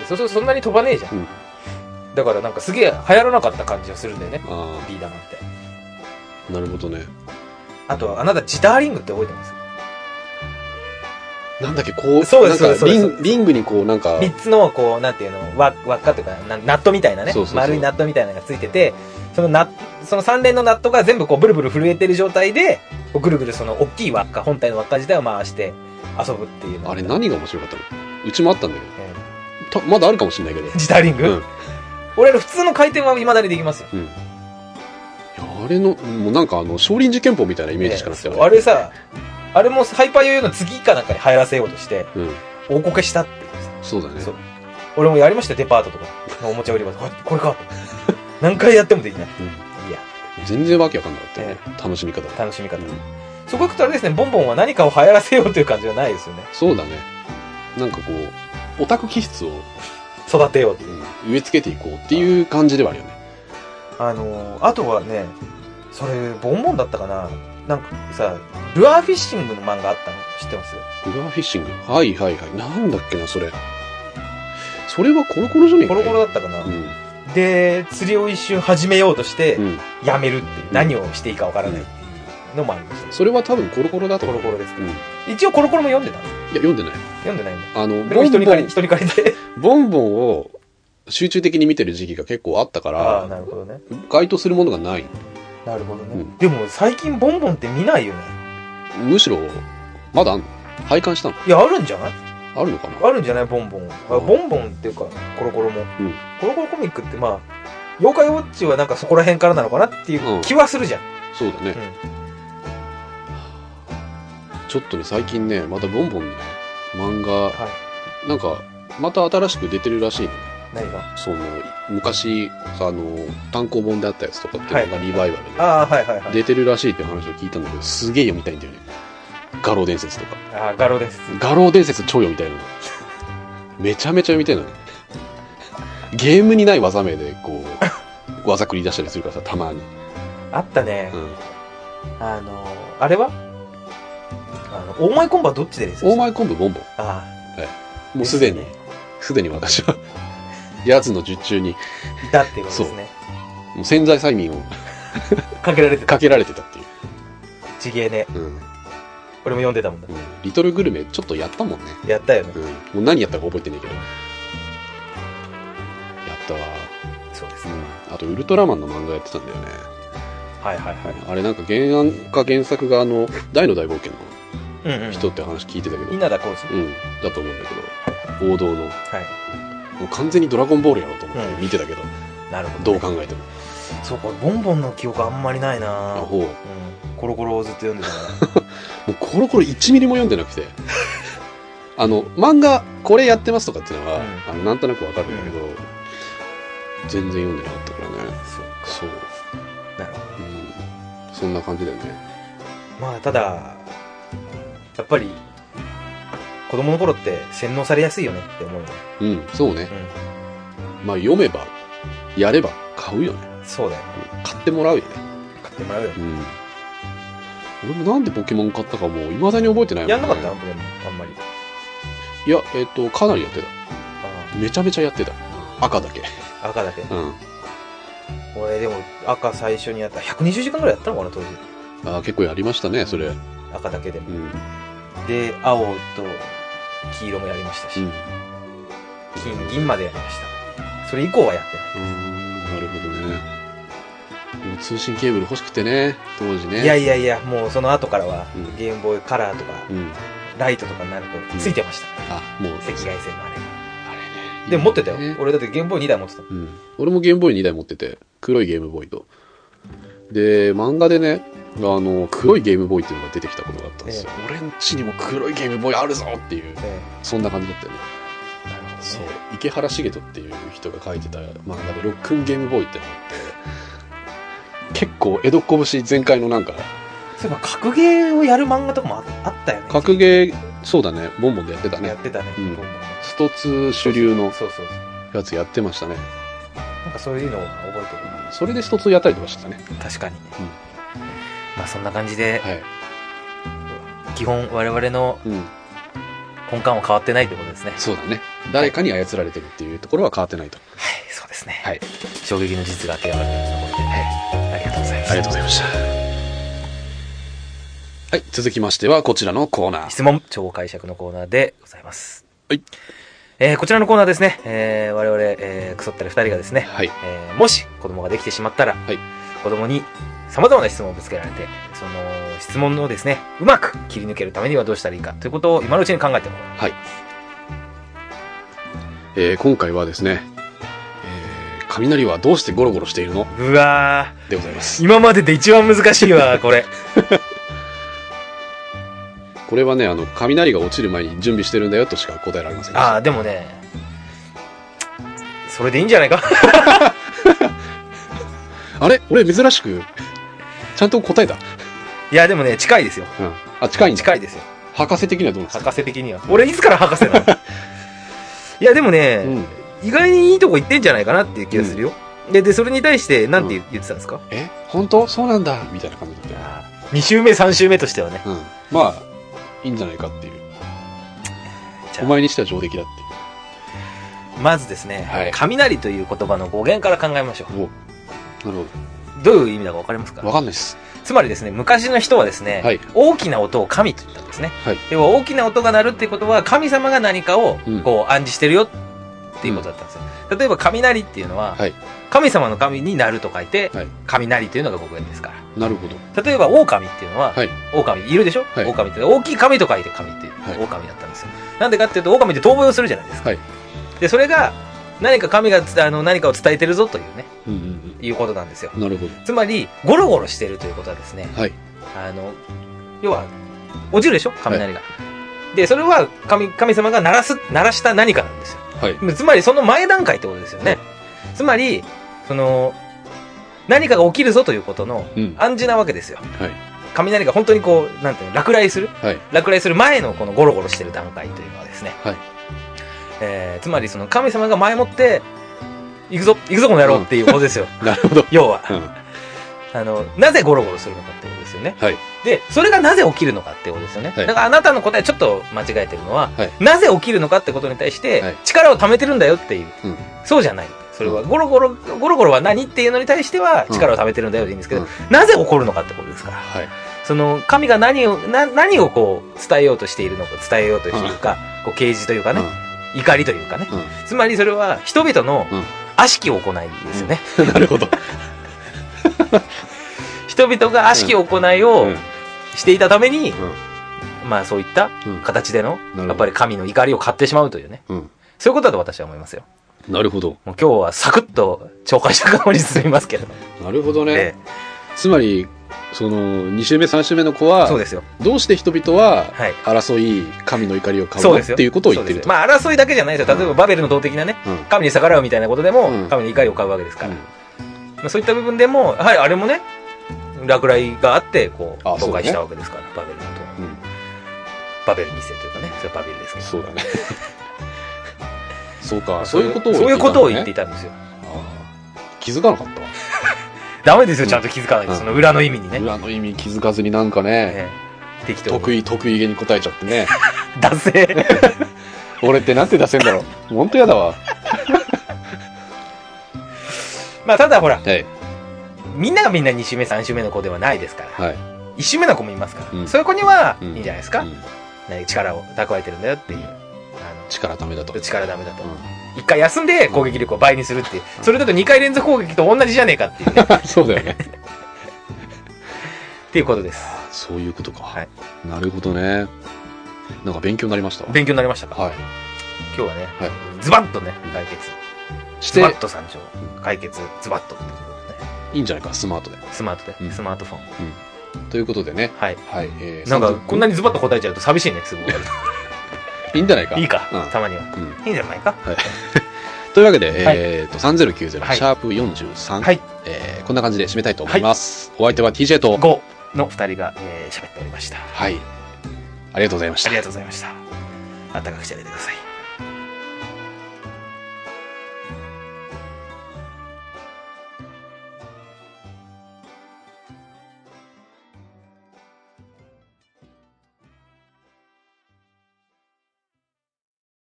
[SPEAKER 2] そうするとそんなに飛ばねえじゃん、
[SPEAKER 1] うん
[SPEAKER 2] だからなんかすげえ流行らなかった感じがするんだよね
[SPEAKER 1] あ
[SPEAKER 2] ビーダマンって
[SPEAKER 1] あ、なるほどね。
[SPEAKER 2] あとあなたジターリングって覚えてます
[SPEAKER 1] なんだっけ、こう、
[SPEAKER 2] そうです
[SPEAKER 1] なんか
[SPEAKER 2] そうで
[SPEAKER 1] リ
[SPEAKER 2] すそ
[SPEAKER 1] ン
[SPEAKER 2] うで
[SPEAKER 1] リングにこう、なんか、
[SPEAKER 2] 三つの、こう、なんていうの、輪輪っかというか、なナットみたいなね
[SPEAKER 1] そうそうそう
[SPEAKER 2] 丸いナットみたいなのがついてて、そのナその三連のナットが全部こう、ブルブル震えてる状態で、こうぐるぐるその、大きい輪っか、本体の輪っか自体を回して遊ぶっていうの
[SPEAKER 1] あれ何が面白かったのうちもあったんだけ
[SPEAKER 2] え
[SPEAKER 1] ど。たまだあるかもしれないけ ど
[SPEAKER 2] ー。ジターリング、
[SPEAKER 1] うん
[SPEAKER 2] 俺、普通の回転は未だにできますよ。
[SPEAKER 1] うん。いや、あれの、もうなんかあの、少林寺拳法みたいなイメージしかなくて、
[SPEAKER 2] えーそうあれさ、あれもハイパーヨーヨーの次かなんかに入らせようとして、
[SPEAKER 1] うん。
[SPEAKER 2] 大こけしたっていうさ
[SPEAKER 1] そうだね
[SPEAKER 2] そ。う俺もやりましたよ、デパートとかのおもちゃ売り場で。これこれか。何回やってもできない。
[SPEAKER 1] うん
[SPEAKER 2] いや、
[SPEAKER 1] 全然わけわかんなかったよね。楽しみ方が。
[SPEAKER 2] 楽しみ方
[SPEAKER 1] う。ん
[SPEAKER 2] そこ行くとあれですね、ボンボンは何かを流行らせようという感じはないですよね。
[SPEAKER 1] そうだね。なんかこう、オタク気質を
[SPEAKER 2] 育てようという。
[SPEAKER 1] うん植え付けていこうっていう感じではあるよね。
[SPEAKER 2] あのーあとはね、それ、ボンボンだったかななんかさ、ルアーフィッシングの漫画あったの知ってます
[SPEAKER 1] ルアーフィッシング。はいはいはい。なんだっけな、それ。それはコロコロじゃねえ
[SPEAKER 2] コ
[SPEAKER 1] か
[SPEAKER 2] ロコロだったかな、
[SPEAKER 1] う
[SPEAKER 2] で、釣りを一瞬始めようとして
[SPEAKER 1] ん。、うん。
[SPEAKER 2] やめるっていう、
[SPEAKER 1] ん
[SPEAKER 2] 何をしていいかわからないっていうのもありました、
[SPEAKER 1] それは多分コロコロだと
[SPEAKER 2] コ
[SPEAKER 1] 思
[SPEAKER 2] ロ
[SPEAKER 1] う。
[SPEAKER 2] コロですか
[SPEAKER 1] うん。い
[SPEAKER 2] ら
[SPEAKER 1] や、
[SPEAKER 2] 一応コロコロも読んでたんです
[SPEAKER 1] 読んでない。
[SPEAKER 2] 読んでないんだ。
[SPEAKER 1] あの、
[SPEAKER 2] でも
[SPEAKER 1] ボン
[SPEAKER 2] 一
[SPEAKER 1] ボ
[SPEAKER 2] 人借り、
[SPEAKER 1] ン
[SPEAKER 2] 一、人借りて。
[SPEAKER 1] ボンボンを集中的に見てる時期が結構あったか
[SPEAKER 2] ああ、
[SPEAKER 1] ら、
[SPEAKER 2] なるほどね。
[SPEAKER 1] 該当するものがない。
[SPEAKER 2] なるほどね。
[SPEAKER 1] うん
[SPEAKER 2] でも最近ボンボンって見ないよね。
[SPEAKER 1] むしろ、まだあんの拝観したの
[SPEAKER 2] いや、あるんじゃない
[SPEAKER 1] あるのかな
[SPEAKER 2] あるんじゃないボンボン。あボンボンっていうか、コロコロも、
[SPEAKER 1] うん
[SPEAKER 2] コロコロコミックってまあ、妖怪ウォッチはなんかそこら辺からなのかなっていう気はするじゃん。
[SPEAKER 1] そうだね。ちょっとね、最近ね、またボンボンのね、漫画、
[SPEAKER 2] は
[SPEAKER 1] なんか、また新しく出てるらしいの
[SPEAKER 2] 何が
[SPEAKER 1] その、昔、あの、単行本であったやつとかっていうのが
[SPEAKER 2] はい
[SPEAKER 1] リバイバルで、
[SPEAKER 2] ああ、はいはいはい。
[SPEAKER 1] 出てるらしいっていう話を聞いたんだけど、すげえ読みたいんだよね。画廊伝説とか。
[SPEAKER 2] ああ、画廊です。
[SPEAKER 1] 画廊伝説超読みたいなの。めちゃめちゃ読みたいのね。ゲームにない技名で、こう、技繰り出したりするからさ、たまに。
[SPEAKER 2] あったね
[SPEAKER 1] う。ん。
[SPEAKER 2] あのー、あれはあの、オーマイコンバどっちでです
[SPEAKER 1] オーマイコンブボンボン。
[SPEAKER 2] ああ。
[SPEAKER 1] もうすでに
[SPEAKER 2] で、
[SPEAKER 1] すでに私は、やつの術中に、
[SPEAKER 2] すねいたっていうことですね。
[SPEAKER 1] もう潜在催眠を
[SPEAKER 2] かけられてた。
[SPEAKER 1] かけられてたっていう。
[SPEAKER 2] ちげえね。
[SPEAKER 1] うん。うん
[SPEAKER 2] 俺も読んでたもんだ。
[SPEAKER 1] リトルグルメちょっとやったもんね。
[SPEAKER 2] やったよね
[SPEAKER 1] う。ん。もう何やったか覚えてねえけど。やったわ。
[SPEAKER 2] そうです
[SPEAKER 1] う
[SPEAKER 2] ね。
[SPEAKER 1] ん。あと、ウルトラマンの漫画やってたんだよね。
[SPEAKER 2] はいはいはい。
[SPEAKER 1] あれなんか原案か原作があの、大の大冒険の
[SPEAKER 2] うんうん。
[SPEAKER 1] 人って話聞いてたけど、
[SPEAKER 2] 稲田浩二。
[SPEAKER 1] うん、だと思うんだけど、王道の。
[SPEAKER 2] はい。
[SPEAKER 1] もう完全にドラゴンボールやろうと思っ
[SPEAKER 2] う
[SPEAKER 1] て
[SPEAKER 2] ん
[SPEAKER 1] 見てたけど、
[SPEAKER 2] なるほど
[SPEAKER 1] ど
[SPEAKER 2] ね、
[SPEAKER 1] う考えても。
[SPEAKER 2] そうか、ボンボンの記憶あんまりない
[SPEAKER 1] あ
[SPEAKER 2] なぁ。
[SPEAKER 1] ほう。も
[SPEAKER 2] うん。コロコロをずっと読んでたから。
[SPEAKER 1] うコロコロ1ミリも読んでなくて。 あの、漫画、これやってますとかっていうのは、
[SPEAKER 2] うん
[SPEAKER 1] あのなんとなくわかるんだけど、全然読んでなかったからね。
[SPEAKER 2] そう
[SPEAKER 1] そう。
[SPEAKER 2] なるほど。
[SPEAKER 1] うん。そんな感じだよね。
[SPEAKER 2] まあ、ただ、やっぱり、子供の頃って洗脳されやすいよねって思うよね。
[SPEAKER 1] うん、そうね。
[SPEAKER 2] う
[SPEAKER 1] まあ読めば、やれば買うよね。
[SPEAKER 2] ん。そうだよね。
[SPEAKER 1] 買ってもらうよね。
[SPEAKER 2] 買ってもらうよ
[SPEAKER 1] う。ん。俺もなんでポケモン買ったかもう、未だに覚えてないもん、ね。
[SPEAKER 2] やんなかったの僕もあんまり。
[SPEAKER 1] いや、えっ、と、かなりやってた。
[SPEAKER 2] あ
[SPEAKER 1] めちゃめちゃやってた。赤だけ。
[SPEAKER 2] あ赤だけ。
[SPEAKER 1] うん。
[SPEAKER 2] 俺、でも、赤最初にやった。120時間ぐらいやったのかな、当時。
[SPEAKER 1] あー結構やりましたね、それ。うん。
[SPEAKER 2] 赤だけでも
[SPEAKER 1] う。ん。
[SPEAKER 2] で、青と黄色もやりましたし、金、銀までやりました。それ以降はやってない。
[SPEAKER 1] なるほどね。でも通信ケーブル欲しくてね、当時ね。
[SPEAKER 2] いやいやいや、もうその後からは
[SPEAKER 1] うん、
[SPEAKER 2] ゲームボーイカラーとか、
[SPEAKER 1] うん。
[SPEAKER 2] ライトとかになると、ついてました。
[SPEAKER 1] あ、もう。
[SPEAKER 2] 赤外線のあ
[SPEAKER 1] あ
[SPEAKER 2] れ。
[SPEAKER 1] れね。
[SPEAKER 2] でも持ってたよ
[SPEAKER 1] ね。
[SPEAKER 2] 俺だってゲームボーイ2台持ってた。
[SPEAKER 1] うん。俺もゲームボーイ2台持ってて、黒いゲームボーイと。で、漫画でね、あの、黒いゲームボーイっていうのが出てきたことがあったんですよ。俺んちにも黒いゲームボーイあるぞっていう、
[SPEAKER 2] え
[SPEAKER 1] そんな感じだったよね。
[SPEAKER 2] えなるほどね
[SPEAKER 1] そう。池原茂人っていう人が書いてた漫画で、ロックンゲームボーイってのがあって、結構、江戸っ子節全開のなんか、
[SPEAKER 2] そういえば格ゲーをやる漫画とかもああったよね。
[SPEAKER 1] 格ゲー、そうだね、ボンボンでやってた
[SPEAKER 2] や
[SPEAKER 1] ね
[SPEAKER 2] っ。てたね。
[SPEAKER 1] うん
[SPEAKER 2] ボンボンね
[SPEAKER 1] ストツ主流の
[SPEAKER 2] そうそうそう。
[SPEAKER 1] やつやってましたね。
[SPEAKER 2] なんかそういうのを覚え
[SPEAKER 1] それでストツやったりとかしてたね。
[SPEAKER 2] てる。確かに。まあそんな感じで、
[SPEAKER 1] はい。
[SPEAKER 2] 基本我々の
[SPEAKER 1] うん。
[SPEAKER 2] 根幹は変わってないってことですね。
[SPEAKER 1] そうだね。誰かに操られてるっていうところは変わってないと。
[SPEAKER 2] はい、そうですね。
[SPEAKER 1] はい。
[SPEAKER 2] 衝撃の事実が明らかになったところで、はい、ありがとうござい
[SPEAKER 1] あ
[SPEAKER 2] ま
[SPEAKER 1] りがとうございました。はい。続きましては、こちらのコーナー。
[SPEAKER 2] 質問、超解釈のコーナーでございます。
[SPEAKER 1] はい。
[SPEAKER 2] えー、こちらのコーナーですね、えー、我々、えー、クソったる二人がですね、
[SPEAKER 1] はい。
[SPEAKER 2] えーもし子供ができてしまったら、
[SPEAKER 1] はい
[SPEAKER 2] 子供に様々な質問をぶつけられて、その質問をですね、うまく切り抜けるためにはどうしたらいいかということを今のうちに考えてもらう。
[SPEAKER 1] はい。えー今回はですね、えー雷はどうしてゴロゴロしているの
[SPEAKER 2] うわ
[SPEAKER 1] でございます。
[SPEAKER 2] 今までで一番難しい わ、これ。
[SPEAKER 1] これはね、あの、雷が落ちる前に準備してるんだよとしか答えられませんでした
[SPEAKER 2] ああ、でもね、それでいいんじゃないか
[SPEAKER 1] あれ俺珍しく、ちゃんと答えた。
[SPEAKER 2] いや、でもね、近いですよ。
[SPEAKER 1] うん。あ、近いんだ。
[SPEAKER 2] 近いですよ。
[SPEAKER 1] 博士的にはどうなんですか
[SPEAKER 2] 博士的には。俺、いつから博士 なのいや、でもね、
[SPEAKER 1] うん。
[SPEAKER 2] 意外にいいとこ行ってんじゃないかなっていう気がするよ。で、で、それに対して、なんて言言ってたんですか、
[SPEAKER 1] え本当そうなんだみたいな感じだったよ
[SPEAKER 2] 二週目、三週目としてはね。
[SPEAKER 1] うん。まあ、いいんじゃないかっていう。
[SPEAKER 2] じゃ
[SPEAKER 1] お
[SPEAKER 2] あ
[SPEAKER 1] 前にしては上出来だって
[SPEAKER 2] まずですね、
[SPEAKER 1] はい
[SPEAKER 2] 雷という言葉の語源から考えましょ
[SPEAKER 1] いう。おなる
[SPEAKER 2] う。どういう意味だかわかります
[SPEAKER 1] ほ
[SPEAKER 2] か
[SPEAKER 1] ど。わかんないっす。
[SPEAKER 2] つまりですね、昔の人はですね、
[SPEAKER 1] はい
[SPEAKER 2] 大きな音を神と言ったんですね。
[SPEAKER 1] はい
[SPEAKER 2] 要は大きな音が鳴るってことは、神様が何かを
[SPEAKER 1] うん
[SPEAKER 2] こう暗示してるよっていうことだったんですよ。例えば雷っていうのは、
[SPEAKER 1] はい
[SPEAKER 2] 神様の神に鳴ると書いて、
[SPEAKER 1] はい
[SPEAKER 2] 雷というのが語源ですから。
[SPEAKER 1] なるほど。
[SPEAKER 2] 例えば狼っていうのは、
[SPEAKER 1] はい
[SPEAKER 2] 狼いるでしょ、
[SPEAKER 1] はい
[SPEAKER 2] 狼って大きい神と書いて神って、
[SPEAKER 1] はい
[SPEAKER 2] 狼だったんですよ。なんでかっていうと、狼って遠吠えをするじゃないですか。
[SPEAKER 1] はい
[SPEAKER 2] で、それが、何か神がつあの何かを伝えてるぞというね、
[SPEAKER 1] うんうん
[SPEAKER 2] いうことなんですよ
[SPEAKER 1] う。ん。なるほど。
[SPEAKER 2] つまり、ゴロゴロしてるということはですね、
[SPEAKER 1] はい。
[SPEAKER 2] あの、要は、落ちるでしょ雷が。で、それは神、神様が鳴らす、鳴らした何かなんです
[SPEAKER 1] はい。
[SPEAKER 2] よ。つまり、その前段階ってことですよね。つまり、その、何かが起きるぞということの
[SPEAKER 1] うん。
[SPEAKER 2] 暗示なわけですよ。
[SPEAKER 1] はい。
[SPEAKER 2] 雷が本当にこう、なんていうの、落雷する
[SPEAKER 1] はい。
[SPEAKER 2] 落雷する前のこのゴロゴロしてる段階というのはですね。
[SPEAKER 1] はい
[SPEAKER 2] えーつまりその神様が前もって、行くぞ、行くぞこの野郎っていうことですよ。
[SPEAKER 1] なるほど。
[SPEAKER 2] 要は。
[SPEAKER 1] うん。は
[SPEAKER 2] あの、なぜゴロゴロするのかってことですよね。
[SPEAKER 1] い。
[SPEAKER 2] で、それがなぜ起きるのかってことですよね。
[SPEAKER 1] はい
[SPEAKER 2] だからあなたの答えちょっと間違えてるのは、
[SPEAKER 1] はい
[SPEAKER 2] なぜ起きるのかってことに対して、
[SPEAKER 1] はい
[SPEAKER 2] 力を貯めてるんだよっていう。
[SPEAKER 1] うん
[SPEAKER 2] そうじゃない。それは、
[SPEAKER 1] う
[SPEAKER 2] ゴロゴロ、ゴロゴロは何っていうのに対しては
[SPEAKER 1] うん
[SPEAKER 2] 力を貯めてるんだよでいいんですけど、
[SPEAKER 1] うん
[SPEAKER 2] なぜ起こるのかってことですから。
[SPEAKER 1] はい。
[SPEAKER 2] その、神が何を、な、何をこう、伝えようとしているのか、伝えようとしているか、こう、啓示というかね、怒りというかね。
[SPEAKER 1] うん。
[SPEAKER 2] つまりそれは、人々の
[SPEAKER 1] うん、
[SPEAKER 2] 悪しき行いですよね。
[SPEAKER 1] うん。 なる ほど。
[SPEAKER 2] 人々が悪しき行いを
[SPEAKER 1] うん。
[SPEAKER 2] していたために、
[SPEAKER 1] ん
[SPEAKER 2] まあそういった
[SPEAKER 1] うん
[SPEAKER 2] 形での、
[SPEAKER 1] ほど
[SPEAKER 2] やっぱり神の怒りを買ってしまうというね。
[SPEAKER 1] うん。
[SPEAKER 2] そういうことだと私は思いますよ。
[SPEAKER 1] なるほど。
[SPEAKER 2] もう今日はサクッと懲戒した顔に進みますけど。
[SPEAKER 1] なるほどね。
[SPEAKER 2] え
[SPEAKER 1] つまり、その、2週目、3週目の子
[SPEAKER 2] えそう
[SPEAKER 1] は、
[SPEAKER 2] ですよ。
[SPEAKER 1] どうして人々は
[SPEAKER 2] はい、
[SPEAKER 1] 争い、神の怒りを買う
[SPEAKER 2] そう
[SPEAKER 1] の
[SPEAKER 2] で
[SPEAKER 1] っ
[SPEAKER 2] すよ。
[SPEAKER 1] ていうことを言って
[SPEAKER 2] そ
[SPEAKER 1] る
[SPEAKER 2] うです
[SPEAKER 1] と。
[SPEAKER 2] よまあ争いだけじゃないですよ。例えばバベルの塔的なね、
[SPEAKER 1] うん
[SPEAKER 2] 神に逆らうみたいなことでも、
[SPEAKER 1] うん
[SPEAKER 2] 神の怒りを買うわけですから。
[SPEAKER 1] うん
[SPEAKER 2] まあそういった部分でも、やはりあれもね、落雷があって、こう、
[SPEAKER 1] あそう
[SPEAKER 2] 崩
[SPEAKER 1] だ
[SPEAKER 2] 壊
[SPEAKER 1] ね
[SPEAKER 2] したわけですから、バベルの塔。バベル2世というかね、それはバベルですけど。
[SPEAKER 1] そうだ ね。そうか、
[SPEAKER 2] そ
[SPEAKER 1] そううい
[SPEAKER 2] い
[SPEAKER 1] うう
[SPEAKER 2] こ
[SPEAKER 1] ことと
[SPEAKER 2] を
[SPEAKER 1] を
[SPEAKER 2] そういうことを言って
[SPEAKER 1] い
[SPEAKER 2] いたんですよ。
[SPEAKER 1] たのね。あー気づかなかったわ。
[SPEAKER 2] ダメですよ、ちゃんと気づかないと、
[SPEAKER 1] うん
[SPEAKER 2] その裏の意味にね。
[SPEAKER 1] 裏の意味気づかずになんかね、
[SPEAKER 2] ええ適当に。
[SPEAKER 1] 得意得意げに答えちゃってね。
[SPEAKER 2] だせ。
[SPEAKER 1] 俺ってなんて出せんだろう。ほんとやだわ。
[SPEAKER 2] まあ、ただほら、
[SPEAKER 1] はい。
[SPEAKER 2] みんながみんな2週目、3週目の子ではないですから。
[SPEAKER 1] はい。
[SPEAKER 2] 1週目の子もいますから。
[SPEAKER 1] うん
[SPEAKER 2] そういう子には、い
[SPEAKER 1] うん
[SPEAKER 2] いんじゃないですか、
[SPEAKER 1] うん
[SPEAKER 2] ね力を蓄えてるんだよっていう。あ
[SPEAKER 1] 力ためだと
[SPEAKER 2] の、。力ダメだと
[SPEAKER 1] う。ん
[SPEAKER 2] 一回休んで攻撃力を倍にするっていう。それだと2回連続攻撃と同じじゃねえかってい うね。
[SPEAKER 1] そうだ よね。
[SPEAKER 2] っていうことです。
[SPEAKER 1] そういうことか。
[SPEAKER 2] はい
[SPEAKER 1] なるほどね。なんか勉強になりましたわ。
[SPEAKER 2] 勉強になりましたか、
[SPEAKER 1] はい。
[SPEAKER 2] 今日はね、
[SPEAKER 1] はい
[SPEAKER 2] ズバッとね、解決。
[SPEAKER 1] し
[SPEAKER 2] ズ
[SPEAKER 1] て
[SPEAKER 2] バッと参上。解決、ズバッとっていうことでね。
[SPEAKER 1] いいんじゃないか、スマートで。
[SPEAKER 2] スマートで、
[SPEAKER 1] うん
[SPEAKER 2] スマートフォン。
[SPEAKER 1] ということでね。
[SPEAKER 2] はい。
[SPEAKER 1] はい。えー
[SPEAKER 2] なんか、
[SPEAKER 1] 30
[SPEAKER 2] こんなにズバッと答えちゃうと寂しいね、すごい。
[SPEAKER 1] いいんじゃないか。
[SPEAKER 2] いいか、
[SPEAKER 1] うん
[SPEAKER 2] たまには。
[SPEAKER 1] うん
[SPEAKER 2] いいんじゃないか
[SPEAKER 1] というわけで、えっと、3090、
[SPEAKER 2] はい
[SPEAKER 1] シャープ43。
[SPEAKER 2] はい
[SPEAKER 1] えーこんな感じで締めたいと思います。お相手は TJ と。
[SPEAKER 2] ?5 の二人が、えー喋っておりました。あ
[SPEAKER 1] はい。ありがとうございました
[SPEAKER 2] り。がとうございました。あったかくしてあげてください。